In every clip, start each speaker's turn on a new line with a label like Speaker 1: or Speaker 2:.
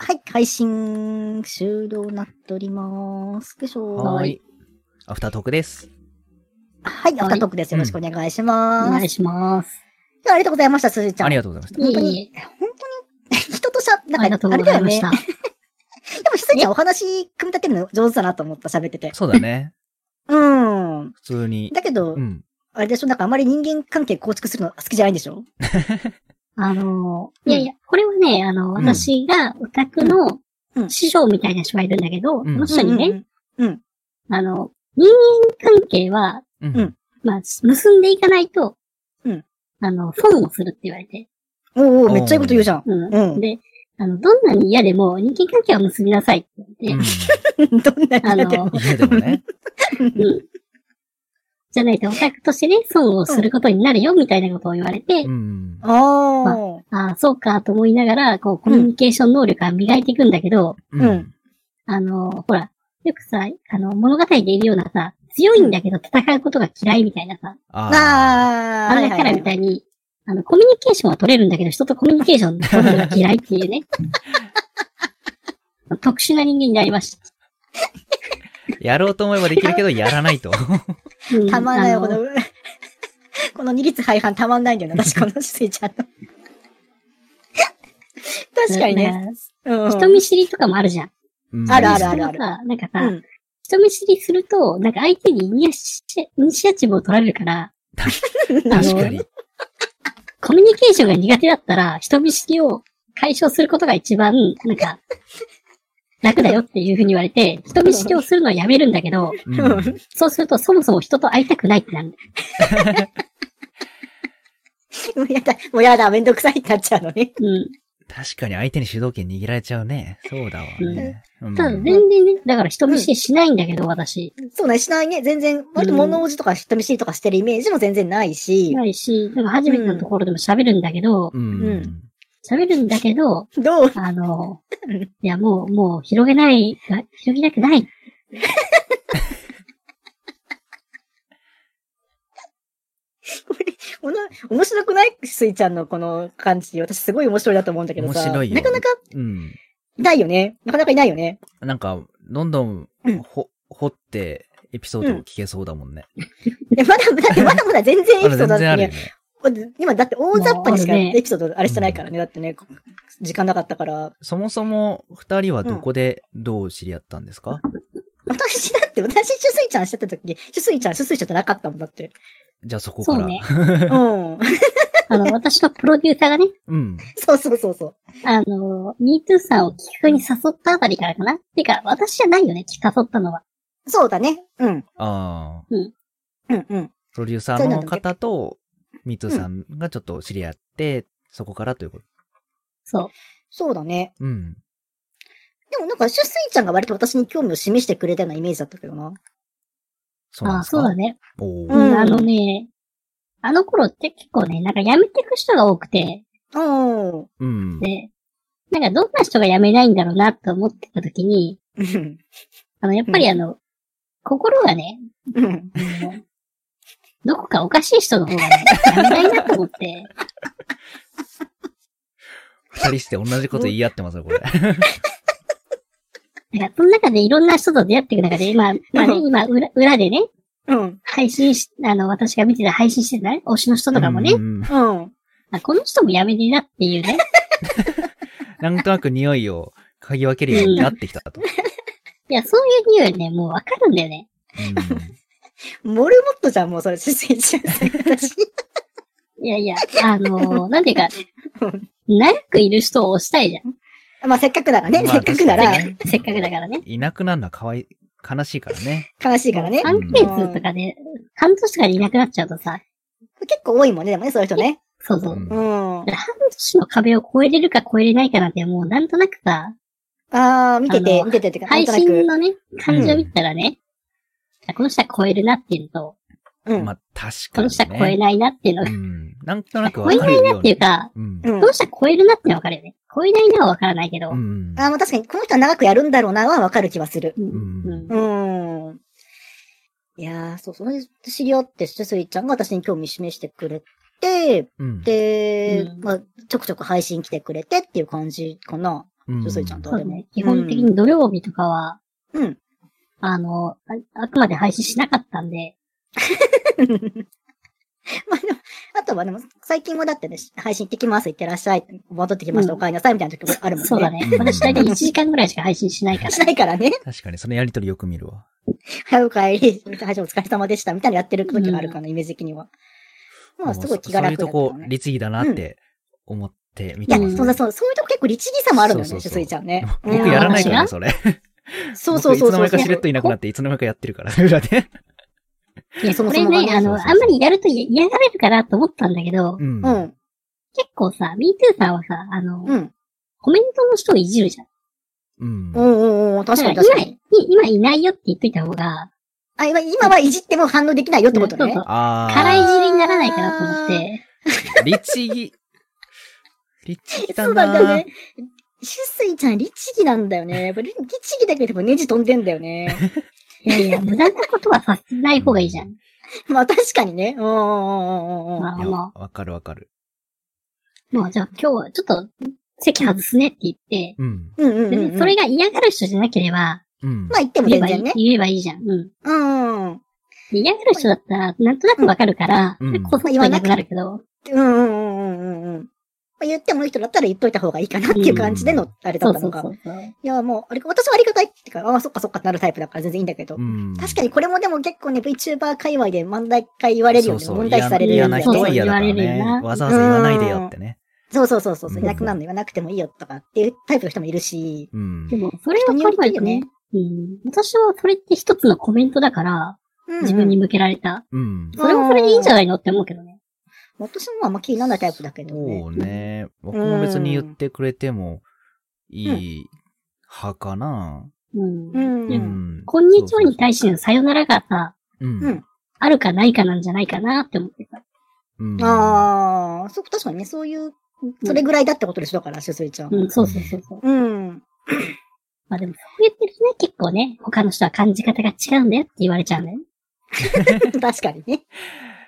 Speaker 1: はい、配信終了なっております。スクショ
Speaker 2: は
Speaker 1: は
Speaker 2: ー
Speaker 1: い。
Speaker 2: い。アフタートークです。
Speaker 1: はい、アフタートークです。よろしくお願いしま
Speaker 3: お
Speaker 1: す。
Speaker 3: 願いします。
Speaker 1: じゃあ、ありがとうございました、すずちゃん。
Speaker 2: ありがとうございました。
Speaker 1: 本
Speaker 3: い
Speaker 1: 当
Speaker 3: え
Speaker 1: に
Speaker 3: いえ、
Speaker 1: 人としゃ、
Speaker 3: あり
Speaker 1: な
Speaker 3: が
Speaker 1: んか、
Speaker 3: とう
Speaker 1: あ
Speaker 3: ご
Speaker 1: れ
Speaker 3: ざ
Speaker 1: だ
Speaker 3: い
Speaker 1: よ
Speaker 3: まし
Speaker 1: ね。
Speaker 3: た。
Speaker 1: でも、すずちゃんお話、組み立てるの上手だなと思った、喋ってて。
Speaker 2: そうだね。
Speaker 1: うん。
Speaker 2: 普通に。
Speaker 1: だけど、
Speaker 2: うん。
Speaker 1: あれでしょ、なんかあまり人間関係構築するの好きじゃないんでしょ
Speaker 3: あの、
Speaker 1: うん
Speaker 3: いやいや、これはね、あの、
Speaker 2: うん
Speaker 3: 私がオタクの
Speaker 1: うん
Speaker 3: 師匠みたいな人がいるんだけど、
Speaker 2: ん
Speaker 3: その人にね、。
Speaker 1: うん。
Speaker 3: あの、人間関係は、
Speaker 2: うんん。
Speaker 3: まあ、結んでいかないと、
Speaker 1: うん
Speaker 3: あの、損をするって言われて、
Speaker 1: おーおーめっちゃいいこと言うじゃん。
Speaker 3: うん
Speaker 1: うん。どん
Speaker 3: で、あの、どんなに嫌でも人間関係は結びなさいって言われて、
Speaker 1: なになって
Speaker 3: あ
Speaker 1: も
Speaker 3: の。
Speaker 2: 家でもね。
Speaker 3: うんじゃないとオタクとしてね、損をすることになるよ、みたいなことを言われて
Speaker 2: う、ん。
Speaker 1: あ
Speaker 3: ああ、そうか、と思いながら、こう、コミュニケーション能力は磨いていくんだけど、
Speaker 2: う。
Speaker 1: うん
Speaker 3: あの、ほら、よくさ、あの、物語でいるようなさ、強いんだけど戦うことが嫌いみたいなさ、
Speaker 1: あ。
Speaker 2: ああ。
Speaker 1: ああ。
Speaker 3: あんなキャラみたいに、あの、コミュニケーションは取れるんだけど、人とコミュニケーション取るのが嫌いってい うね。特殊な人間になりまし
Speaker 2: やろうと思えばできるけど、やらないと。
Speaker 3: た。う
Speaker 1: たまんないよ、
Speaker 3: あ
Speaker 1: この、 この二律背反たまんないんだよな、私このスイちゃ んの。確かにね。。
Speaker 3: だ
Speaker 1: うん
Speaker 3: ら人見知りとかもあるじゃん。
Speaker 2: うん
Speaker 1: あるあるある
Speaker 3: 人はさなんかさ、
Speaker 1: うん
Speaker 3: 人見知りすると、なんか相手にイニシイニシアチブを取られる から、あ
Speaker 2: 確
Speaker 3: の
Speaker 2: かに。
Speaker 3: コミュニケーションが苦手だったら、人見知りを解消することが一番、なんか、楽だよっていうふうに言われて、人見知りをするのはやめるんだけど、
Speaker 2: う
Speaker 1: うん
Speaker 2: ん
Speaker 3: そうするとそもそも人と会いたくないってなる。
Speaker 1: もうやだ、もうやだ、めん どくさいってなっちゃうのね。
Speaker 3: うん。
Speaker 2: 確かに相手に主導権握られちゃうね。そうだわね。うん
Speaker 3: ただ全然ね、だから人見知りしないんだけど、私。
Speaker 1: そうね、しないね。全然、割と物おじとか人見知りとかしてるイメージも全然ないし、
Speaker 3: ないし、なんか初めてのところでも喋るんだけど、
Speaker 2: う。
Speaker 1: うん
Speaker 3: 喋るんだけど、
Speaker 1: どう
Speaker 3: あの
Speaker 1: うん、
Speaker 3: いや、もう、もう、広げない、あ広げたくない。
Speaker 1: おな面白くないスイちゃんのこの感じ。私すごい面白いだと思うんだけどさ。
Speaker 2: 面白いよ
Speaker 1: なかなか
Speaker 2: うん。
Speaker 1: いないよね。なかなかいないよね。
Speaker 2: なんか、どんどん
Speaker 1: うん、
Speaker 2: ほ、掘って、エピソードを聞けそうだもんね。
Speaker 1: え、まだ、だってまだまだ全然エ
Speaker 2: あ
Speaker 1: ピ
Speaker 2: れ
Speaker 1: ソード
Speaker 2: 全
Speaker 1: だっ
Speaker 2: 然あ
Speaker 1: て
Speaker 2: るよ
Speaker 1: ね。
Speaker 2: ね。
Speaker 1: 今だって大雑把にしか
Speaker 3: もうね
Speaker 1: エピソードあれしてないからね。だってね、時間なかった から。
Speaker 2: そもそも、二人はどこで、どう知り合ったんですか
Speaker 1: 私だって、私、シュスイちゃんしてた時、シュスイちゃん、シュスイちゃんってなかったもんだって。
Speaker 2: じゃあそこ
Speaker 3: そ
Speaker 2: か
Speaker 3: う
Speaker 2: ら。
Speaker 3: ね。
Speaker 1: うん。
Speaker 3: あの、私のプロデューサーがね、
Speaker 2: うん。
Speaker 1: そうそうそうそう。
Speaker 3: あの、MeToo さんを企画に誘ったあたりからかなてか、私じゃないよね、き誘ったのは。
Speaker 1: そうだね。うん。
Speaker 2: ああ。
Speaker 1: うんうん。
Speaker 2: プロデューサーの方と、ミトさんがちょっと知り合って、そこからということ。
Speaker 3: そう。
Speaker 1: そうだね。
Speaker 2: うん。
Speaker 1: でもなんか、シュスイちゃんが割と私に興味を示してくれたようなイメージだったけどな。
Speaker 2: そうなん
Speaker 3: あ
Speaker 2: です
Speaker 3: そう
Speaker 2: か
Speaker 3: だね。
Speaker 2: お
Speaker 1: う
Speaker 2: ー
Speaker 1: ん
Speaker 3: うん、あのね、あの頃って結構ね、なんか辞めてく人が多くて、
Speaker 1: うん。
Speaker 2: うん。
Speaker 3: で、なんかどんな人が辞めないんだろうなと思ってた時に、
Speaker 1: うん。
Speaker 3: あの、やっぱりあの、心がね、
Speaker 1: うん。
Speaker 3: あのどこかおかしい人の方がね、辞めないなと思って、
Speaker 2: 二人して同じこと言い合ってますよ、これ。
Speaker 3: なんかその中でいろんな人と出会っていく中で、まあ、まあね、今裏、裏でね、
Speaker 1: うん。
Speaker 3: 配信し、あの、私が見てた配信してたね、推しの人とかもね
Speaker 2: う、
Speaker 1: う
Speaker 2: ん
Speaker 1: ん。
Speaker 3: あ、この人もやめねえなっていうね。
Speaker 2: なんとなく匂いを嗅ぎ分けるようになってきたと。
Speaker 3: いや、そういう匂いね、もうわかるんだよね。
Speaker 2: うん
Speaker 1: モルモットじゃん、もうそれ、シュスイちゃん。私。
Speaker 3: いやいや、あのーなんていうか
Speaker 1: うん、
Speaker 3: 長くいる人を推したいじゃ
Speaker 1: まあ、せっかくならね、
Speaker 2: まあ
Speaker 1: せっかくなら、
Speaker 2: 確かにね
Speaker 3: ん。せっかくだからね。
Speaker 2: いなくなるのはかわい、悲しいからね。
Speaker 1: 悲しいからね。
Speaker 2: うん
Speaker 3: 3ヶ月とかで、半年とかでいなくなっちゃうとさ、
Speaker 1: 結構多いもんね、でもね、そういう人ね。
Speaker 3: そうそうう。
Speaker 2: ん
Speaker 1: うん。
Speaker 3: 半年の壁を越えれるか越えれないかなんて、もうなんとなくさ、
Speaker 1: あー、見て
Speaker 3: あ
Speaker 1: て、
Speaker 3: の
Speaker 1: 見ててってか、なん
Speaker 3: 配
Speaker 1: となく
Speaker 3: 信。のね、感じを見たらね、あこの人は超えるなっていうのと、
Speaker 1: うん。
Speaker 2: まあ、確
Speaker 3: こ
Speaker 2: か
Speaker 3: の
Speaker 2: に
Speaker 3: 人は超え
Speaker 2: ね。
Speaker 3: ないなっていうの
Speaker 2: う
Speaker 3: が、
Speaker 2: ん。なんとなく
Speaker 3: 超
Speaker 2: わ
Speaker 3: え
Speaker 2: か
Speaker 3: な
Speaker 2: る
Speaker 3: いな
Speaker 2: よ
Speaker 3: っ
Speaker 2: う
Speaker 3: てい
Speaker 2: に
Speaker 3: う。か、
Speaker 2: うん
Speaker 1: う。ん
Speaker 3: この人は超えるなっていうのはわかるよね。超えないなはわからないけど
Speaker 2: う、ん。
Speaker 1: あーまあ確かに、この人は長くやるんだろうな、はわかる気はする。
Speaker 3: うん
Speaker 2: うん
Speaker 3: うん
Speaker 1: うーん。いやー、そう、その知り合って、すすいちゃんが私に興味示してくれて、
Speaker 2: うん。
Speaker 1: で、
Speaker 3: うん
Speaker 1: まあ、ちょくちょく配信来てくれてっていう感じかな。
Speaker 2: うん
Speaker 1: 女性ちゃんと
Speaker 3: そうね。基本的に土曜日とかは、
Speaker 1: うん。
Speaker 3: あの、ああくまで配信しなかったんで、
Speaker 1: まあでも、あとはでも、最近もだってね、配信行ってきます、行ってらっしゃい、戻ってきました、
Speaker 3: う
Speaker 1: お
Speaker 3: ん
Speaker 1: 帰りなさい、みたいな時もあるもんね。
Speaker 3: そうだ。ね
Speaker 2: う。ん
Speaker 3: 私大体1時間ぐらいしか配信し ないから
Speaker 1: し。ないからね、
Speaker 2: 確かに、そのやりとりよく見るわ。
Speaker 1: はい、お帰り、みたいな配信お疲れ様でした、みたいなやってる時があるから、イメージ的には。まあ、すごい気が楽だ
Speaker 2: そう
Speaker 1: っ
Speaker 2: いうと
Speaker 1: たよ
Speaker 2: こ、
Speaker 1: ね。
Speaker 2: 律儀だなって思って見
Speaker 1: い
Speaker 2: て
Speaker 1: や、
Speaker 2: ます、
Speaker 3: ん
Speaker 1: そうだ、そう、そういうとこ結構律儀さもあるのよね、
Speaker 2: そう
Speaker 1: 主
Speaker 2: そうそう
Speaker 1: 水ちゃんね。
Speaker 2: 僕やらないからね、
Speaker 3: うん
Speaker 2: それ。
Speaker 1: そうそうそう
Speaker 2: 僕いつ
Speaker 1: そ
Speaker 2: の間
Speaker 1: う。
Speaker 2: にかしれっといなくなって、いつの間にかやってるから、裏で。
Speaker 3: いや、
Speaker 1: そ
Speaker 3: こ
Speaker 1: もそ
Speaker 3: れ
Speaker 1: もがね
Speaker 3: ね、あの、
Speaker 2: そうそうそう
Speaker 3: あんまりやると嫌がれるかなと思ったんだけど、
Speaker 2: う ん。
Speaker 1: う。ん、
Speaker 3: 結構さ、MeToo さんはさ、あ
Speaker 1: う
Speaker 3: の、
Speaker 1: ん。
Speaker 3: コメントの人をいじるじゃん。
Speaker 2: うん。
Speaker 1: おうおうおう確かに
Speaker 3: だら
Speaker 1: 確かに。
Speaker 3: 今い、今いないよって言っといた方が、
Speaker 1: あ、今、今はいじっても反応できないよってこと
Speaker 3: そう
Speaker 1: ね
Speaker 3: そ。う
Speaker 2: あ
Speaker 3: 辛
Speaker 2: ー
Speaker 3: いじりにならないかなと思って、
Speaker 2: 律儀。律儀
Speaker 1: そ
Speaker 2: だ
Speaker 1: うなんだよ
Speaker 2: な
Speaker 1: ね。シュスイちゃん、律儀なんだよね。やっぱり律儀だけでもネジ飛んでんだよね。
Speaker 3: いや いや、無駄なことはさせない方がいいじゃん。
Speaker 1: まあ確かにね。うんうんうんうんうん。
Speaker 3: まあ
Speaker 2: いや
Speaker 3: も
Speaker 2: わかるわかる。
Speaker 3: う、もうじゃあ今日はちょっと席外すねって言って、
Speaker 2: うん。
Speaker 1: うんうんうん
Speaker 3: 別
Speaker 1: う
Speaker 3: に
Speaker 1: ん。
Speaker 3: それが嫌がる人じゃなければ、
Speaker 2: うん。
Speaker 1: まあ言っても
Speaker 3: 言
Speaker 1: 全
Speaker 3: えばい
Speaker 1: 然
Speaker 3: い、
Speaker 1: ね。
Speaker 3: 言えばいいじゃん。うん。
Speaker 1: うんうん。
Speaker 3: で嫌がる人だったら、なんとなくわかるから、
Speaker 2: うん
Speaker 3: こそ言わなくなるけど、
Speaker 1: うんうんうんうんうんうん。まあ言ってもいい人だったら言っといた方がいいかなっていう感じでの、あれだ
Speaker 3: そ
Speaker 1: っ
Speaker 3: う
Speaker 1: た
Speaker 3: そ
Speaker 1: の
Speaker 3: う
Speaker 1: か
Speaker 3: そ。うそう。
Speaker 1: いや、もう、あれ、私はありがたいってか、ああ、そっかそっかってなるタイプだから全然いいんだけど。
Speaker 2: うん
Speaker 1: 確かにこれもでも結構ね、VTuber 界隈で漫才会言われるよね。
Speaker 2: そうそう
Speaker 1: 問題視される
Speaker 2: 嫌
Speaker 1: よ
Speaker 2: な
Speaker 1: ね。
Speaker 2: 嫌な人は嫌だから
Speaker 3: そうそう言われる
Speaker 2: ね
Speaker 3: よ。な
Speaker 2: わざわざ言わないでよってね。
Speaker 1: そうそうそうそうそうう。
Speaker 2: ん
Speaker 1: いなくなるの言わなくてもいいよとかっていうタイプの人もいるし。
Speaker 2: うん
Speaker 3: で。も、それを考えるとね、うん、私はそれって一つのコメントだから、自分に向けられた。
Speaker 2: うん。
Speaker 1: ん
Speaker 3: それもそれでいいんじゃないのって思うけどね。
Speaker 1: 私もあんま気にならないタイプだけどね。
Speaker 2: そうね。僕も別に言ってくれてもいい派かな。
Speaker 3: う
Speaker 1: う
Speaker 3: ん。
Speaker 1: ん。
Speaker 2: う
Speaker 1: うん。
Speaker 2: ん。
Speaker 3: こんにちはに対してのさよならがさ、
Speaker 2: うん。
Speaker 3: あるかないかなんじゃないかなって思ってた。
Speaker 2: うん。
Speaker 1: ああ、そう、確かにね、そういう、それぐらいだってことでしょ、だから、しゅすいちゃん。
Speaker 3: うん、そうそうそうそう。
Speaker 1: うん。
Speaker 3: まあでも、そう言ってるとね、結構ね、他の人は感じ方が違うんだよって言われちゃうんだよね。
Speaker 1: 確かにね。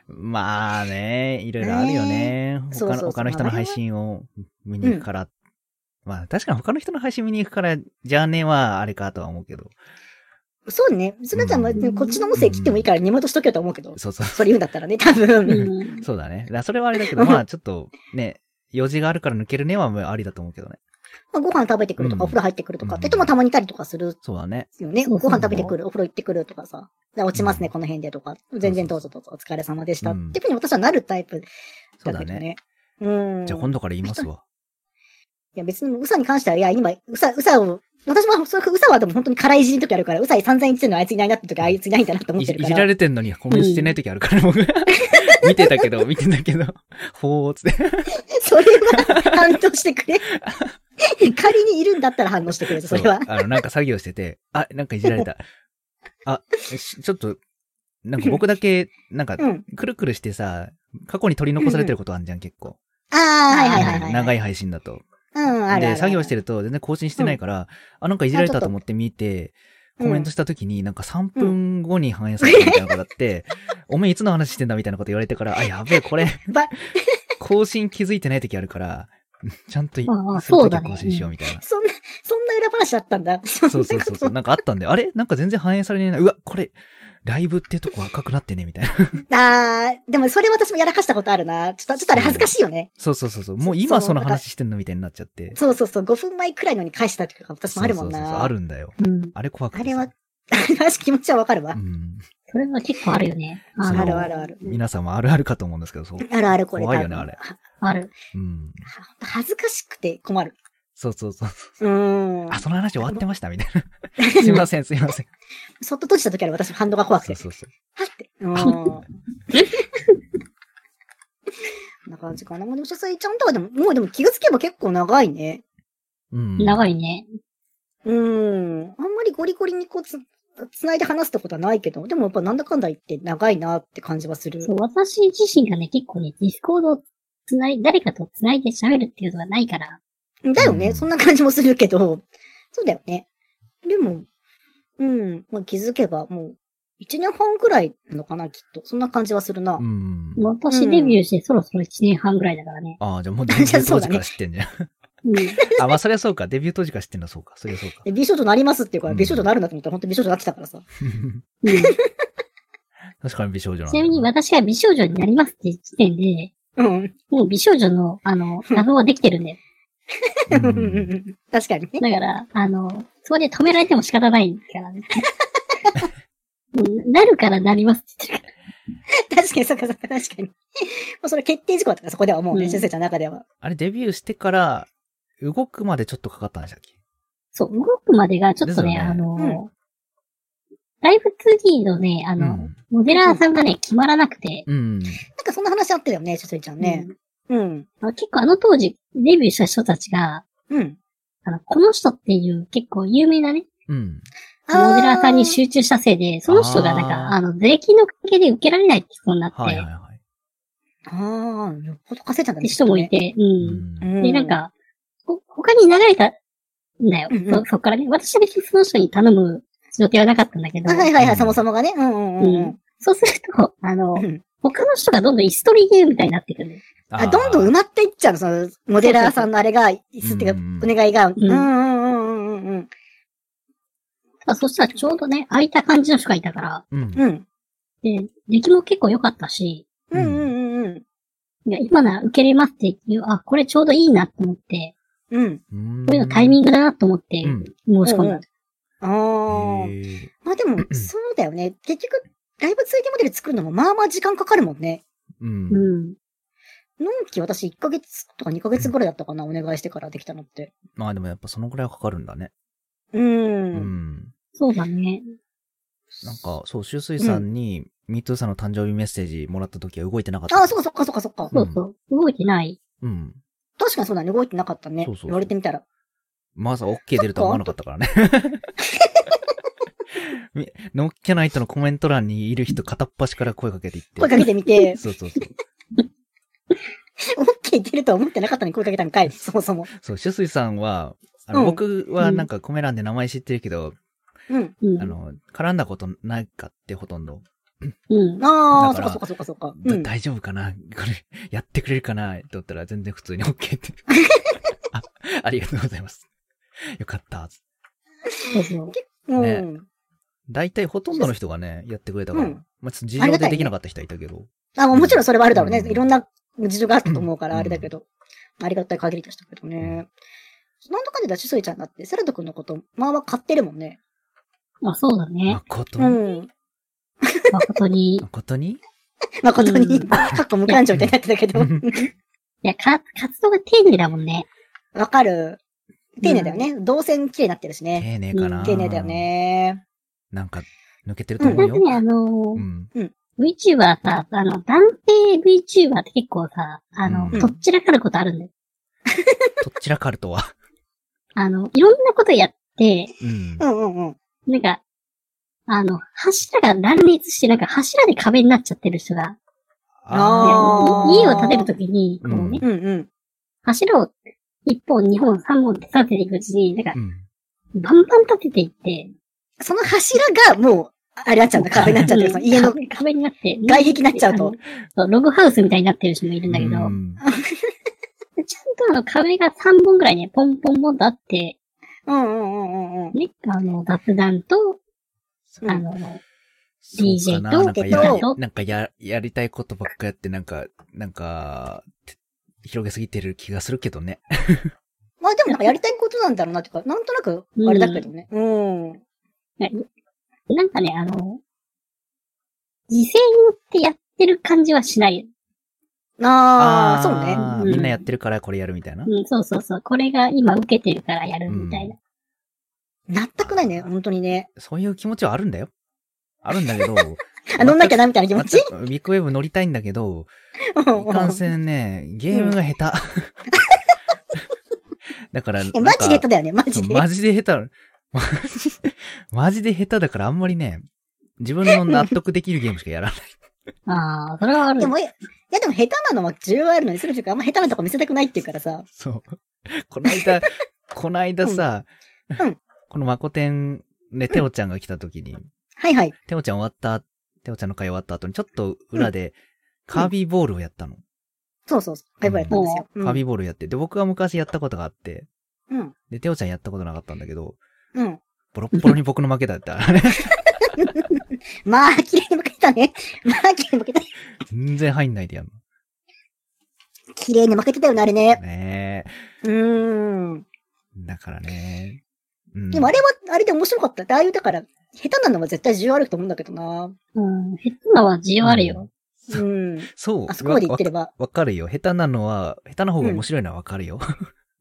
Speaker 2: まあね、いろいろあるよね。
Speaker 1: えそう
Speaker 2: 他
Speaker 1: そうそ
Speaker 2: の
Speaker 1: う
Speaker 2: 他の人の配信を見に行くから。まあ確かに他の人の配信見に行くから、じゃあねはあれかとは思うけど。
Speaker 1: そうね。すなちゃんは、
Speaker 3: うん
Speaker 1: こっちの音声切ってもいいから、根元しとけよと思うけど。
Speaker 2: そうそう。
Speaker 1: それ言うんだったらね、多分。
Speaker 3: うん。
Speaker 2: そうだね。だからそれはあれ だけど、まあちょっとね、用事があるから抜けるねはもうありだと思うけどね。
Speaker 1: まあご飯食べてくると
Speaker 2: うん
Speaker 1: か、お風呂入ってくるとか、
Speaker 2: うん
Speaker 1: って人もたまにいたりとかする
Speaker 2: そうだね。
Speaker 1: よね。
Speaker 3: そうそう
Speaker 1: ご飯食べてくる、お風呂行ってくるとかさ。じゃあ落ちますね、この辺でとか。全然どうぞどうぞ、お疲れ様でした。
Speaker 2: う
Speaker 1: っ
Speaker 2: ん
Speaker 1: ていうふうに私はなるタイプ
Speaker 2: そう
Speaker 1: だけ
Speaker 2: だ
Speaker 1: ど
Speaker 2: ね。
Speaker 1: ね。うん。
Speaker 2: じゃあ今度から言いますわ。
Speaker 1: いや別に、うさに関しては、いや、今、うさ、うさを、私も、そううさはでも本当に辛いいじりの時あるから、うさに散々言ってるのあいついないなって時、あいついないんだなって思
Speaker 2: い
Speaker 1: って
Speaker 2: じい
Speaker 1: るか
Speaker 2: じら
Speaker 1: ら。
Speaker 2: れてんのにコメントしてない時あるから、 僕。見てたけど、見てたけど。ほーっつって。
Speaker 1: それは反応してくれ。仮にいるんだったら反応してくれ、それは
Speaker 2: う。あの、なんか作業してて、あ、なんかいじら れた。あ、しちょっと、なんか僕だけ、なんか
Speaker 1: う、ん。
Speaker 2: くるくるしてさ、過去に取り残されてることあんじゃん、結構。
Speaker 1: ああ、はいはいはいはい。
Speaker 2: 長
Speaker 1: い。
Speaker 2: い配信だと。
Speaker 1: うん、あるあるあ
Speaker 2: で、
Speaker 1: る
Speaker 2: 作業してると全然更新してないから、あ、なんかいじられたと思って見て、
Speaker 1: うん
Speaker 2: コメントした時に、なんか3分後に反映されたみたいなことあって、 おめえいつの話してんだみたいなこと言われてから、あ、やべえ、これ、
Speaker 1: ば
Speaker 2: 更新気づいてない時あるから、ちゃんとい
Speaker 3: ああ
Speaker 2: する
Speaker 3: そ
Speaker 2: 時
Speaker 3: うだ
Speaker 2: は
Speaker 3: ね
Speaker 2: 更新しようみたいな。
Speaker 1: そんな、そんな裏話だったんだ。そんな
Speaker 2: そうそうそうそう。なんかあったんで、あれなんか全然反映されない。うわ、これ、ライブってとこ赤くなってね、みたいな。
Speaker 1: あー、でもそれ私もやらかしたことあるな。ちょっと、ちょっとあれ恥ずかしいよね。
Speaker 2: そうそうそうそう。もう今
Speaker 1: そ
Speaker 2: その
Speaker 1: そうなんか
Speaker 2: 話してんのみたいになっちゃって。
Speaker 1: そうそうそう、5分前くらいのに返したとか私もあるもん
Speaker 2: そうそうそう
Speaker 1: な。
Speaker 2: そうあ。るんだよ。
Speaker 3: うん。
Speaker 2: あれ怖くてさ
Speaker 1: あれは、話 気持ちはわかるわ。
Speaker 2: うん。
Speaker 3: それは結構あるよね。
Speaker 2: そ
Speaker 3: あ
Speaker 2: の
Speaker 1: あ
Speaker 3: の
Speaker 1: るあるある。
Speaker 2: 皆さんもあるあるかと思うんですけど、そう。
Speaker 1: あるあるこれ。
Speaker 2: 怖いよね、あれ。
Speaker 3: ある。
Speaker 2: うん。
Speaker 1: 恥ずかしくて困る。
Speaker 2: そうそうそう。
Speaker 1: うーん
Speaker 2: あ、。その話終わってました、みたい な。すいません、すいません。
Speaker 1: そっと閉じた時ある私反動が怖くて。
Speaker 2: そう
Speaker 1: は
Speaker 2: そうそう。
Speaker 1: って。 うーん。こんな感じかな。まあでも、書斎ちゃんとかでも、もうでも気がつけば結構長いね。
Speaker 2: うん。
Speaker 3: 長
Speaker 2: い。
Speaker 3: いね。
Speaker 1: うーん。あんまりゴリゴリにこうつ、つないで話すってことはないけど、でもやっぱなんだかんだ言って長いなって感じはする。
Speaker 3: そう、私自身がね、結構ね、ディスコードをつない、誰かとつないで喋るっていうのはないから、
Speaker 1: だよ
Speaker 2: う
Speaker 1: ね。
Speaker 2: ん
Speaker 1: そんな感じもするけど。そうだよね。でも、うん。まあ、気づけばもう、一年半くらいなのかな、きっと。そんな感じはするな。
Speaker 2: うん。
Speaker 3: もう私デビューしてそろそろ1年半ぐらいだからね。
Speaker 2: ああ、じゃあもう全然当時から知ってんじゃん。
Speaker 3: うん。
Speaker 2: あ、まあそれはそうか。デビュー当時から知ってんのはそうか。それはそうか。
Speaker 1: で、美少女なりますっていうから、
Speaker 2: うん
Speaker 1: 美少女なるんだと思ったら、本当に美少女なってたからさ。
Speaker 3: うん
Speaker 2: 確かに美少女なんだ
Speaker 3: ちなみに私が美少女になりますって時点で、
Speaker 1: うん。
Speaker 3: もう美少女の、あ の、謎はできてるんだよ。
Speaker 2: うん、
Speaker 1: 確かにね。
Speaker 3: だから、あの、そこで止められても仕方ないからね。うんなるからなりますって言ってる
Speaker 1: 確かに、そうか、そうか、確かに。もうそれ決定事項だったから、そこではもう
Speaker 3: う
Speaker 1: ね、
Speaker 3: ん
Speaker 1: 先生ちゃんの中では。
Speaker 2: あれ、デビューしてから、動くまでちょっとかかったんでしたっけ
Speaker 3: そう、動くまでがちょっとね、
Speaker 2: ですよね
Speaker 3: あの、ライブ2D のね、あの、
Speaker 2: うん
Speaker 3: モデラーさんがね、決まらなくて。
Speaker 2: うん。
Speaker 1: なんかそんな話あってたよね、先生ちゃんね。うん。
Speaker 3: うんあ結構あの当時、デビューした人たちが、
Speaker 1: うん。
Speaker 3: あの、この人っていう結構有名なね、
Speaker 2: うん。
Speaker 1: ー
Speaker 3: モデラーさんに集中したせいで、その人がなんか、
Speaker 2: あ
Speaker 3: あ
Speaker 2: ー
Speaker 3: の、税金の関係で受けられないって人になって、
Speaker 2: はいはいはい。
Speaker 1: ああ、よっぽど稼いちゃった
Speaker 3: って人もい。て、う。
Speaker 2: うんん。
Speaker 1: う
Speaker 3: で、なん、か、ほ他に流れたんだよ。
Speaker 1: うんうん
Speaker 3: そ、そっからね。私は別にその人に頼む予定はなかったんだけど
Speaker 1: あ、はいはいはい、そもそもがね。うんうんうんうん。
Speaker 3: そうすると、あの
Speaker 1: う、ん
Speaker 3: 他の人がどんどん椅子取りゲームみたいになってくる。
Speaker 1: あどんどん埋
Speaker 2: ま
Speaker 1: まっていっちゃうの、その、モデラーさんのあれが、椅子っていう
Speaker 2: う
Speaker 1: か
Speaker 2: ん、
Speaker 1: お願いが。うんんうんうんうんうん
Speaker 3: あそしたらちょうどね、空いた感じの人がいたから、
Speaker 2: うん
Speaker 1: う。ん。
Speaker 3: で、出来も結構良かったし、
Speaker 1: うんうんうんうん。
Speaker 3: いや今なら受けれますっていう、あ、これちょうどいいなと思って、
Speaker 1: うん。
Speaker 2: うん。
Speaker 3: こういうのタイミングだなと思って
Speaker 2: うん
Speaker 3: 申し込んだ。
Speaker 1: あ
Speaker 2: へ
Speaker 1: あ。
Speaker 2: ー
Speaker 1: まあ でも、そうだよね。結局、ライブ 2D モデル作るのも、まあまあ時間かかるもんね。
Speaker 2: うん
Speaker 3: う。ん。
Speaker 1: のんき私1ヶ月とか2ヶ月ぐらいだったかな、お願いしてからできたのって。
Speaker 2: まあでもやっぱそのぐらいはかかるんだね。
Speaker 1: う。
Speaker 2: うんん。
Speaker 3: そうだね。
Speaker 2: なんか、そう、修水さんに、ミートゥーさんの誕生日メッセージもらった時は動いてなかった。
Speaker 1: ああ、そっかそっかそっかそっか。
Speaker 3: そうそう。動いてない。
Speaker 2: うん。
Speaker 1: 確かにそうだね、動いてなかったね。
Speaker 2: そうそうそう
Speaker 1: 言われてみたら。
Speaker 2: まさ OK 出るとは思わなかったからね。みのっけないとのコメント欄にいる人片っ端から声かけていって。
Speaker 1: 声かけてみ て、
Speaker 2: そうそうそう。
Speaker 1: OK いけるとは思ってなかったのに声かけたんかい、そもそも。
Speaker 2: そう、シュスイさんは、あの、
Speaker 1: うん
Speaker 2: 僕はなんかコメ欄で名前知ってるけど、
Speaker 1: うん。
Speaker 3: うん。
Speaker 2: あの、絡んだことないかってほとんど。
Speaker 3: うん。
Speaker 1: ああ、そ
Speaker 2: だ
Speaker 1: っからそっ
Speaker 2: か
Speaker 1: かそっかそっか。う
Speaker 2: だ
Speaker 1: ん。
Speaker 2: 大丈夫かなこれ、やってくれるかなって言ったら全然普通に OK って。あ、ありがとうございます。よかった。
Speaker 3: そうそう。
Speaker 1: う
Speaker 2: ね
Speaker 1: ん。
Speaker 2: 大体ほとんどの人がね、やってくれたから。
Speaker 1: うん
Speaker 2: まあ、ちょっと事情でできなかった人はいたけど。
Speaker 1: あ、もちろんそれはあるだろうね。
Speaker 2: うん
Speaker 1: いろんな事情があったと思うか
Speaker 2: う
Speaker 1: ら、
Speaker 2: ん
Speaker 1: あれだけど。ありがたい限りでしたけどね。なんだかんだだしすいちゃんだって、セラト君のこと、まあまあ買ってるもんね。
Speaker 3: まあそうだね。
Speaker 2: 誠
Speaker 1: う
Speaker 2: に、
Speaker 1: ん。
Speaker 3: 誠に。い
Speaker 2: 誠に
Speaker 1: 誠に、
Speaker 3: うん
Speaker 1: かっ こ無感情みたいになってたけど
Speaker 2: う。ん
Speaker 3: や、か、活動が丁寧だもんね。
Speaker 1: わかる。丁寧だよね。動線綺麗になってるしね。
Speaker 2: 丁寧かな
Speaker 1: 丁寧だよ。ね。
Speaker 2: なんか、抜けてると思
Speaker 3: な
Speaker 2: うん
Speaker 3: か
Speaker 2: よ。
Speaker 3: ね、あの
Speaker 2: う
Speaker 3: ー、
Speaker 2: ん。
Speaker 3: VTuber さ、あの、男性 VTuber って結構さ、あの、
Speaker 2: うん
Speaker 3: どっちらかることあるんだよ。
Speaker 2: どちらかるとは。
Speaker 3: あの、いろんなことやって、
Speaker 2: うん
Speaker 1: う。んうんうん。
Speaker 3: なんか、あの、柱が乱立して、なんか柱で壁になっちゃってる人が、ね
Speaker 1: あー
Speaker 3: い家を建てるときに、こうね、
Speaker 2: うん
Speaker 1: うんうん。
Speaker 3: 柱を一本、二本、三本って立てていくうちに、なんか
Speaker 2: う、ん。
Speaker 3: バンバン立てていって、
Speaker 1: その柱がもう、あれになっちゃうんだ。壁になっちゃってる。その家の
Speaker 3: 壁壁になって、
Speaker 1: 外壁になっちゃうと。
Speaker 3: あの。そうログハウスみたいになってる人もいるんだけど、
Speaker 2: うん
Speaker 3: でちゃんとあの壁が3本ぐらいね、ポンポンポンとあって、
Speaker 1: うんうんうんうんうん。
Speaker 3: ね、あの、雑談と、
Speaker 1: うん
Speaker 3: あの、
Speaker 2: そうか
Speaker 3: DJ と
Speaker 2: なんかや
Speaker 1: えっ
Speaker 3: と
Speaker 2: なんかや、やりたいことばっかやって、なんか、なんか、て広げすぎてる気がするけどね。
Speaker 1: まあでもなんかやりたいことなんだろうなっていうか、なんとなく、あれだけどね。うん。
Speaker 3: なんかね、あの、実践ってやってる感じはしない。
Speaker 1: ああ、そうね。
Speaker 2: あー
Speaker 3: うん
Speaker 2: みんなやってるからこれやるみたいな。
Speaker 3: うん、そうそうそう。これが今受けてるからやるみたいな。
Speaker 1: なったくないね、本当にね。
Speaker 2: そういう気持ちはあるんだよ。あるんだけど。
Speaker 1: あ、乗んなきゃなみたいな気持ち。
Speaker 2: 全くビッグウェーブ乗りたいんだけど、
Speaker 1: うん
Speaker 2: いかんせんね、ゲームが下手。 だから、
Speaker 1: いやマジで下手
Speaker 2: だ。
Speaker 1: だよね、マジで。
Speaker 2: マジで下手。 マジでマジで下手だからあんまりね、自分の納得できるゲームしかやらない。
Speaker 3: ああ、それはある
Speaker 1: で。も、いやでも下手なのは重要あるのに、するというか、あんま下手なとこ見せたくないっていうからさ。
Speaker 2: そう。こないだ、こないださ、
Speaker 1: うんうん
Speaker 2: このマコテンでテオちゃんが来た時に、
Speaker 1: はいはい。
Speaker 2: テオちゃん終わった、テオちゃんの会終わった後にちょっと裏でカービーボールをやったの。
Speaker 1: そうそうそう。ハイボールやったんですよ。う
Speaker 2: フ
Speaker 1: ん
Speaker 2: ァビーボールやって。で、僕は昔やったことがあって、
Speaker 1: うん。
Speaker 2: で、テオちゃんやったことなかったんだけど、
Speaker 1: うん。
Speaker 2: ボロッボロに僕の負けだった。あれ
Speaker 1: まあ、綺麗に負けたね。まあ、綺麗に負けた。
Speaker 2: 全然入んないでやん
Speaker 1: 綺麗に負けてたよね、あれ
Speaker 2: の。
Speaker 1: ね。
Speaker 2: ね
Speaker 1: うーん。
Speaker 2: え。だからね。うん。
Speaker 1: でもあれは、あれで面白かった。ああいう、だから、下手なのは絶対需要あると思うんだけど な。
Speaker 3: うん。ヘッドマンは需要あるよ。
Speaker 1: うん。
Speaker 2: そう。
Speaker 1: あそこまで言ってれ
Speaker 2: わ
Speaker 1: ば。
Speaker 2: わかるよ。下手なのは、下手な方が面白いのはわかるよ。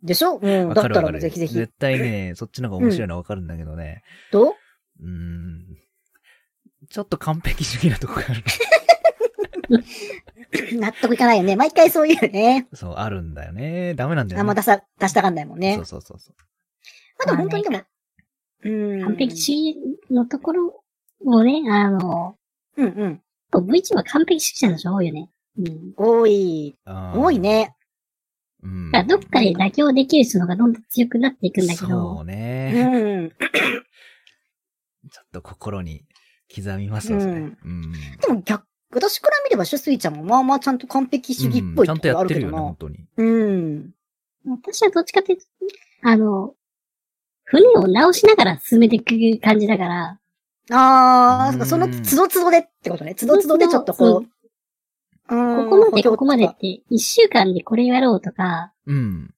Speaker 1: でしょうん。
Speaker 2: わ
Speaker 1: だっ
Speaker 2: かる
Speaker 1: た
Speaker 2: わからる。
Speaker 1: ぜひぜひ。
Speaker 2: 絶対ね、そっちの方が面白いのはわかるんだけどね。
Speaker 1: どう
Speaker 2: うーん。ちょっと完璧主義なとこがある。
Speaker 1: 納得いかないよね。毎回そういうね。
Speaker 2: そう、あるんだよね。ダメなんだよね。
Speaker 1: あんま出さ、出したがんないもんね
Speaker 2: そう。そうそうそう。
Speaker 1: あと本当にでも、うん。
Speaker 3: 完璧主義のところもね、あの、
Speaker 1: うんうん。
Speaker 3: VTuber は完璧主義者の人多いよね。うん。
Speaker 1: 多い。
Speaker 2: あー
Speaker 1: 多い。ね。
Speaker 2: うん。
Speaker 3: だからどっかで妥協できる人の方がどんどん強くなっていくんだけ
Speaker 2: そ
Speaker 3: ど
Speaker 2: う、
Speaker 1: う
Speaker 2: ね。
Speaker 1: ん。
Speaker 2: ちょっと心に刻みますよそれ
Speaker 1: うん
Speaker 2: うん。
Speaker 1: でも逆、私から見れば、シュスイちゃんもまあまあちゃんと完璧主義っぽい
Speaker 2: うんちゃ
Speaker 1: と
Speaker 2: ん
Speaker 1: こと
Speaker 2: や
Speaker 1: ろあ
Speaker 2: っ
Speaker 1: る
Speaker 2: て
Speaker 1: けど
Speaker 2: るよね、
Speaker 1: な
Speaker 2: 本。当に。
Speaker 1: うん。
Speaker 3: 私はどっちかっていうと、あの、船を直しながら進めていく感じだから、
Speaker 1: あー、
Speaker 2: うん
Speaker 1: その都度都度でってことね。都度都度でちょっとこう。う
Speaker 3: ここまでここまで
Speaker 1: う
Speaker 3: って、一週間でこれやろうとか、
Speaker 2: うん。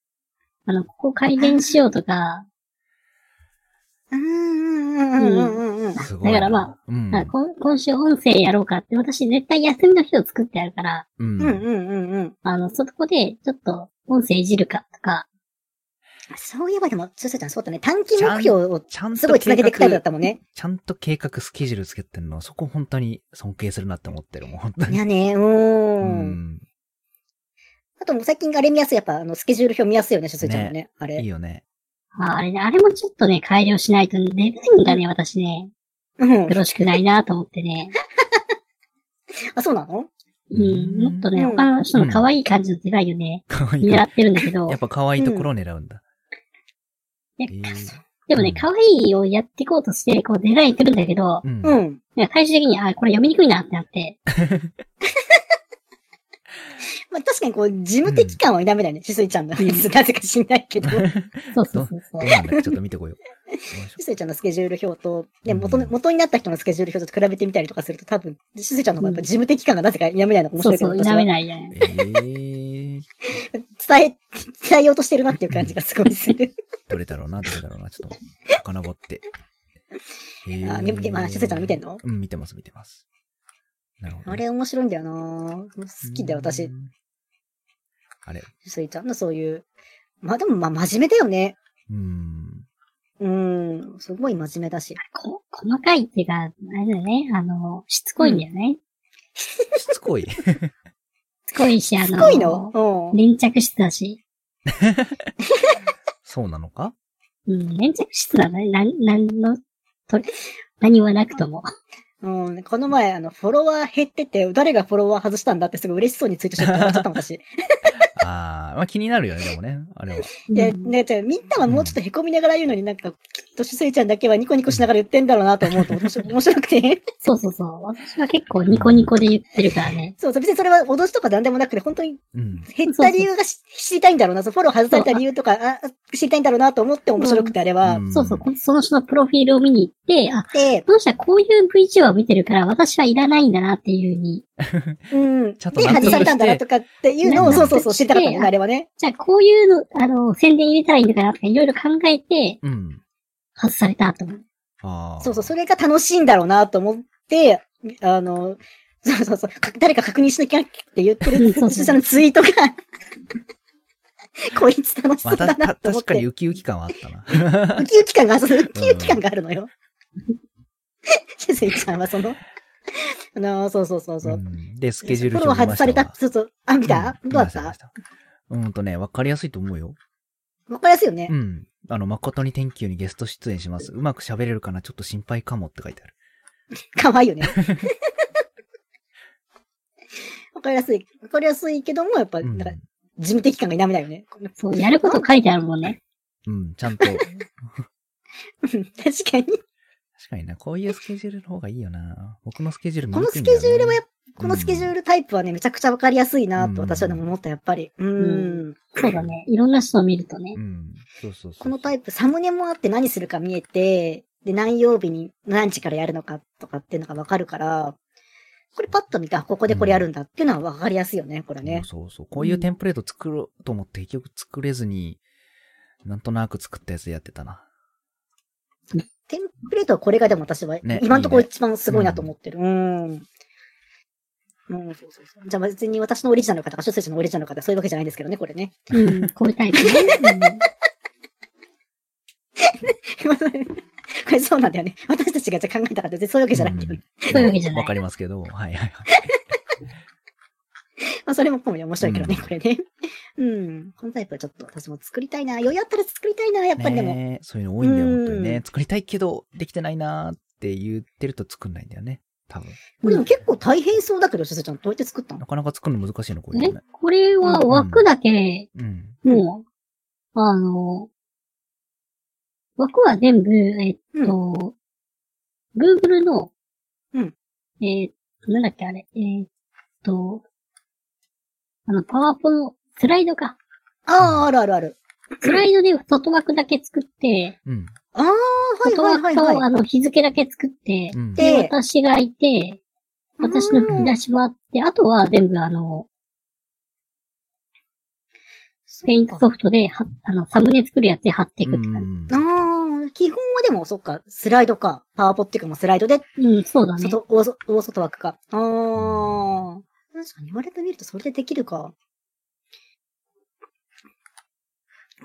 Speaker 3: あの、ここ改善しようとか、
Speaker 1: ーんうんうんうんうんうん。
Speaker 2: すごいな。
Speaker 3: だからま
Speaker 2: あ、うん。
Speaker 3: あこん今週音声やろうかって、私絶対休みの日を作ってあるから、
Speaker 2: う
Speaker 1: うん
Speaker 2: ん。
Speaker 1: うんうんうん。
Speaker 3: あの、そこで、ちょっと、音声いじるかとか、
Speaker 1: そういえばでも、シュスイちゃんそうだね。短期目標を
Speaker 2: ちゃん
Speaker 1: す
Speaker 2: と
Speaker 1: ごい繋
Speaker 2: 計
Speaker 1: げていくタイプだ
Speaker 2: 画
Speaker 1: っ、たもんね。
Speaker 2: ちゃんと計画スケジュールつけてるのは、そこ本当に尊敬するなって思ってるもん、本当
Speaker 1: い
Speaker 2: に。
Speaker 1: やね、う
Speaker 2: う
Speaker 1: ーん。
Speaker 2: ん。
Speaker 1: あともう最近あれ見やすい、やっぱあのスケジュール表見やすいよね、シュスイちゃんもね。あ
Speaker 2: いい
Speaker 1: れ。
Speaker 2: よね。
Speaker 3: まあ、あれね、あれもちょっとね、改良しないと、デザインがね、私ね、
Speaker 1: うん
Speaker 3: よ。ろしくないなと思ってね、
Speaker 1: あ、そうなの
Speaker 3: うん、もっとね、
Speaker 1: うん
Speaker 3: 他の人の可愛い感じのデザインをね、
Speaker 2: 可愛い
Speaker 3: 狙ってるんだけど
Speaker 2: やっ、ぱ可愛いところを狙うんだ。
Speaker 3: うん
Speaker 2: えー
Speaker 3: でもね、可愛いをやっていこうとして、こうデザインするんだけど
Speaker 2: う、ん
Speaker 1: う。ん。
Speaker 3: なんか最終的に、あ、これ読みにくいなってなって、
Speaker 1: まあ確かにこう、事務的感は否めないね、シスイちゃんのやつ。なぜか知んないけど。シ
Speaker 3: そうそうそう
Speaker 2: ど
Speaker 3: そう
Speaker 2: う。なんだっけちょっと見てこよう。よいし
Speaker 1: スイちゃんのスケジュール表と、ね、
Speaker 2: うん
Speaker 1: 元の元になった人のスケジュール表と比べてみたりとかすると多分、シスイちゃんの方がやっぱ事務的感がなぜか否めないのが面
Speaker 3: そ
Speaker 1: 白
Speaker 3: う
Speaker 1: いけど、私
Speaker 3: そう、否
Speaker 1: は
Speaker 3: めないじゃない。
Speaker 2: ょえー、
Speaker 1: 伝え、伝えようとしてるなっていう感じがすごいする。
Speaker 2: どれだろうな、どれだろうな、ちょっと、遡って。え
Speaker 1: あ見てまあしずちゃんの見てんの
Speaker 2: うん、見てます、見てます。なるほど。
Speaker 1: あれ面白いんだよな好きだよ、
Speaker 2: う
Speaker 1: 私。
Speaker 2: ん。あれ
Speaker 1: シスイちゃんのそういう。まあでも、まあ真面目だよね。
Speaker 2: うん。
Speaker 1: うん。すごい真面目だし。
Speaker 3: こ細かいっていうか、あれだよね、あの、しつこいんだよね。
Speaker 2: しつこい。
Speaker 3: しつこいし、あの、
Speaker 1: すごいのうん。
Speaker 3: 粘着質だし。
Speaker 2: そうなのか
Speaker 3: うん、粘着質だね。なん、なんの、と、何はなくとも。
Speaker 1: うん、この前、あの、フォロワー減ってて、誰がフォロワー外したんだってすごい嬉しそうにツイートしてたちょっと私。
Speaker 2: ああ、まあ気になるよね、でもね。あれは。
Speaker 1: で、
Speaker 3: うん
Speaker 1: ね、じゃあみんなはもうちょっと凹みながら言うのになんか、きっとしすいちゃんだけはニコニコしながら言ってんだろうなと思う と面白面白くて。
Speaker 3: そうそうそう。私は結構ニコニコで言ってるからね。
Speaker 1: そうそう、別にそれは脅しとかなんでもなくて、本当に
Speaker 2: うん。
Speaker 1: 減った理由がし知りたいんだろうな、そうフォロー外された理由とか、あ知りたいんだろうなと思って面白くてあれは。
Speaker 2: ん
Speaker 3: そうそう、こその人のプロフィールを見に行って、あ、
Speaker 1: で、
Speaker 3: この人はこういう VTuber を見てるから私はいらないんだなっていうふうに。
Speaker 1: うん。で、
Speaker 2: ちゃんと納得
Speaker 1: 外されたんだなとかっていうのを、
Speaker 2: し
Speaker 1: そ
Speaker 2: て
Speaker 1: うそうそう、知りたかったもんね、あれはね。
Speaker 3: じゃあこういうの、あの、宣伝入れたらいいのかなとかいろいろ考えて
Speaker 2: うん。
Speaker 3: 外されたと思 う。
Speaker 2: ああ。
Speaker 1: そうそう、それが楽しいんだろうなと思って、あの、そうそうそう、か誰か確認しなきゃって言って
Speaker 3: う
Speaker 1: る、
Speaker 3: んそうそう
Speaker 1: そのツイートが、 こいつ楽しそ
Speaker 2: まあ
Speaker 1: うだ
Speaker 2: た
Speaker 1: な
Speaker 2: た
Speaker 1: と思っ
Speaker 2: 確かに
Speaker 1: て。
Speaker 2: ウキウキ感はあったな。
Speaker 1: ウキウキ感が、そうウキウキ感があるのよ。しずいちゃんはその、あの、そうそうそうそう。
Speaker 2: んで、スケジュール
Speaker 1: フォロー外
Speaker 2: 表見ま
Speaker 1: された、
Speaker 2: し
Speaker 1: そうそう。あ、見
Speaker 2: たわ
Speaker 1: た、どうだっ
Speaker 2: うん見ま
Speaker 1: た
Speaker 2: したうんとね、わかりやすいと思うよ。
Speaker 1: わかりやすいよね
Speaker 2: う。ん。あの、誠に天球にゲスト出演します。うまく喋れるかなちょっと心配かもって書いてある。
Speaker 1: かわいいよね。わかりやすい。わかりやすいけども、やっぱ、
Speaker 2: う
Speaker 1: なん
Speaker 2: ん
Speaker 1: か、。事務的感が否めないよね。
Speaker 3: そう、やること書いてあるもんね。
Speaker 2: うん、ちゃんと。確
Speaker 1: うん 確かに。
Speaker 2: かにな、こういうスケジュールの方がいいよな。僕のスケジュール
Speaker 1: こ
Speaker 2: 見
Speaker 1: の
Speaker 2: にくい
Speaker 1: ス
Speaker 2: んだよ
Speaker 1: ケ
Speaker 2: ね
Speaker 1: ジュールはやっこのスケジュールタイプはね、めちゃくちゃわかりやすいな
Speaker 2: うん
Speaker 1: と私はでも思った、やっぱり。う。
Speaker 3: うんそうだね。いろんな人を見るとね
Speaker 2: う。ん。そうそうそう。
Speaker 1: このタイプ、サムネもあって何するか見えて、で、何曜日に何時からやるのかとかっていうのがわかるから、これパッと見て、あここでこれやるんだっていうのはわかりやすいよね、これね。
Speaker 2: そうそう。こういうテンプレート作ろうと思って結局作れずに、なんとなく作ったやつやってたな。
Speaker 1: テンプレートはこれがでも私は
Speaker 2: ね
Speaker 1: 今のところ
Speaker 2: いい
Speaker 1: 一番すごいなと思ってる。うん。うん、そうそうそう。じゃあ別に私のオリジナルの方か、出世者のオリジナルの方、そういうわけじゃないんですけどね、これね。
Speaker 3: うん。こういうタイプね。
Speaker 1: これそうなんだよね。私たちがじゃあ考えたから全然 そういうわけじゃないけどね。
Speaker 3: そういうわけじゃない
Speaker 2: わかりますけど、はいはいはい。
Speaker 1: まあそれも込みで面白いけどね、
Speaker 2: うん
Speaker 1: これね。うん。このタイプはちょっと私も作りたいな。余裕あったら作りたいな、やっぱりでも。
Speaker 2: ねえそういうの多いんだよ、
Speaker 1: うん
Speaker 2: 本当にね。作りたいけど、できてないなーって言ってると作んないんだよね。多分。
Speaker 1: これでも結構大変そうだけど、しずちゃん、どうやって作ったの
Speaker 2: なかなか作るの難しいの、これ、
Speaker 3: ね
Speaker 2: ね。、
Speaker 3: これは枠だけ、
Speaker 2: うん。
Speaker 3: もう、あの、枠は全部、えっ
Speaker 1: うん。
Speaker 3: と、Google の、
Speaker 1: うん
Speaker 3: えー、なんだっけあれ、えーっと、あの、パワポのスライドか。
Speaker 1: ああ、あるあるある。
Speaker 3: スライドで外枠だけ作って、
Speaker 2: うん。
Speaker 1: ああ、はい
Speaker 3: 外
Speaker 1: はい
Speaker 3: 枠
Speaker 1: はい
Speaker 3: と、
Speaker 1: は
Speaker 3: あの、日付だけ作って、
Speaker 2: うん。
Speaker 1: で
Speaker 3: で、私がいて、
Speaker 1: い。
Speaker 3: 私の
Speaker 1: う
Speaker 3: 吹き
Speaker 1: ん
Speaker 3: 出しもあって、あとは全部あの、ペイントソフトで、は、あの、サムネ作るやつで貼っていくって感
Speaker 2: うん
Speaker 1: ああ、基本はでも、そっか、スライドか。パワーポっていうかもうスライドで、
Speaker 3: じ。うん、そうだね。
Speaker 1: 外、大外大外枠か。ああ。確かに言われてみるとそれでできるか。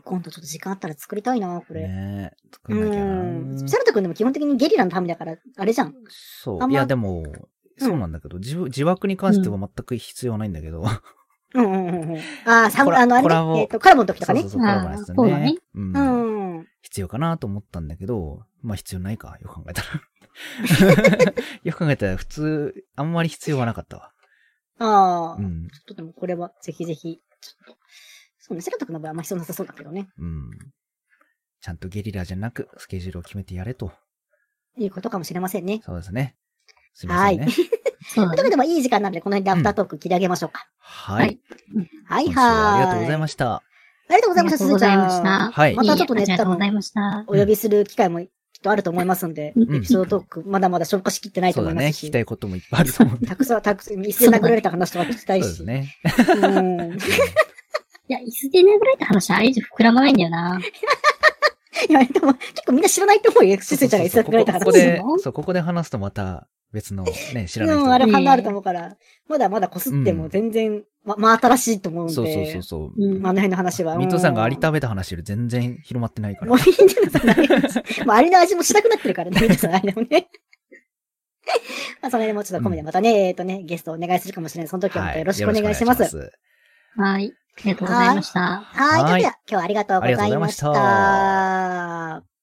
Speaker 1: 今度ちょっと時間あったら作りたいな、これ。
Speaker 2: ねえ作
Speaker 1: うん
Speaker 2: なきゃ
Speaker 1: ん。シャ
Speaker 2: な。
Speaker 1: ルト君でも基本的にゲリラのためだから、あれじゃん。あ
Speaker 2: そ
Speaker 1: んま
Speaker 2: う。いや、でも、そうなんだけど、自分自枠に関しては全く必要ないんだけど。
Speaker 1: うんうんうんうん。ああ、サム、
Speaker 2: コラ
Speaker 1: あの、あ
Speaker 2: コ
Speaker 1: れ
Speaker 2: ラボ
Speaker 1: ね、えっと、コラボの時とか
Speaker 2: そう
Speaker 1: ね
Speaker 2: そう。そう、コラボのやつ
Speaker 3: あーそうだね
Speaker 2: ね。う。
Speaker 1: うんん。
Speaker 2: 必要かなと思ったんだけど、まあ必要ないか、よく考え たら。 よく考えたら普通、あんまり必要はなかったわ。
Speaker 1: ああ、
Speaker 2: う
Speaker 1: ちょ
Speaker 2: ん。
Speaker 1: っとでもこれはぜひぜひ、ちょっと。そうね、セラト君の場合はあんま必要なさそうだけどね。
Speaker 2: うん。ちゃんとゲリラじゃなく、スケジュールを決めてやれと。
Speaker 1: いいことかもしれませんね。
Speaker 2: そうですね。すいませんね。
Speaker 3: そう
Speaker 1: というわ
Speaker 3: だ
Speaker 1: け
Speaker 3: ね。
Speaker 1: でもいい時間なので、この辺でアフタートーク切り上げましょうか。
Speaker 2: はい。
Speaker 3: はい
Speaker 1: はい
Speaker 2: 今週は
Speaker 1: はーい。
Speaker 2: ありがとうござい
Speaker 1: ま
Speaker 2: ました。
Speaker 1: す。ありがとうございました、
Speaker 3: あ
Speaker 1: す
Speaker 3: り
Speaker 1: ずち
Speaker 3: がとうござい
Speaker 1: ゃん。
Speaker 3: ました。
Speaker 2: はい。
Speaker 1: またちょっとね
Speaker 3: いいありがとうございました。
Speaker 1: お呼びする機会もきっとあると思いますんで、
Speaker 3: う
Speaker 1: エピソードトークまだまだ消化しきってないと
Speaker 2: そう
Speaker 1: 思
Speaker 2: だ
Speaker 1: い
Speaker 2: ね。
Speaker 1: ま
Speaker 2: 聞
Speaker 1: すし。
Speaker 2: きたいこともいっぱいあると思うんで。
Speaker 1: たくさん、たくさん、椅子で殴られた話とか聞きた
Speaker 2: そ
Speaker 1: いう
Speaker 2: で
Speaker 1: し。
Speaker 2: すね。
Speaker 1: うん。
Speaker 3: いや、椅子で殴られた話はあれ以上膨らまないんだよな。
Speaker 1: いや、でも結構みんな知らないと思うよ。すずちゃんが椅子で殴られた
Speaker 2: こ
Speaker 1: 話。
Speaker 2: こで
Speaker 3: そうなの、
Speaker 2: そう、ここで話すとまた別の ね、知らない人
Speaker 1: うん、
Speaker 2: が
Speaker 1: あれ反応あると思うから、まだまだこすっても全然、ま、真新しいと思うんで。
Speaker 2: そうそうそうそう。
Speaker 3: うん。
Speaker 1: まあ、あの辺の話は。
Speaker 2: ミッドさんがあり
Speaker 1: た
Speaker 2: 食べた話より全然広まってないから
Speaker 1: もう。いいんじゃないですか。もうありの味もしなくなってるからね、ミッドさんの間もね。まあ、その辺もちょっと込みでまたね、えっとね、ゲストお願いするかもしれない。その時はまたよろしくお願いします。は
Speaker 2: は
Speaker 1: い
Speaker 2: よろしくお願いし
Speaker 3: はい。ありがとうございまし
Speaker 1: い。
Speaker 3: た。
Speaker 1: そ
Speaker 2: は
Speaker 1: れ
Speaker 2: い
Speaker 1: では、今日はありがとうございまし
Speaker 2: ありがとうござい
Speaker 1: た。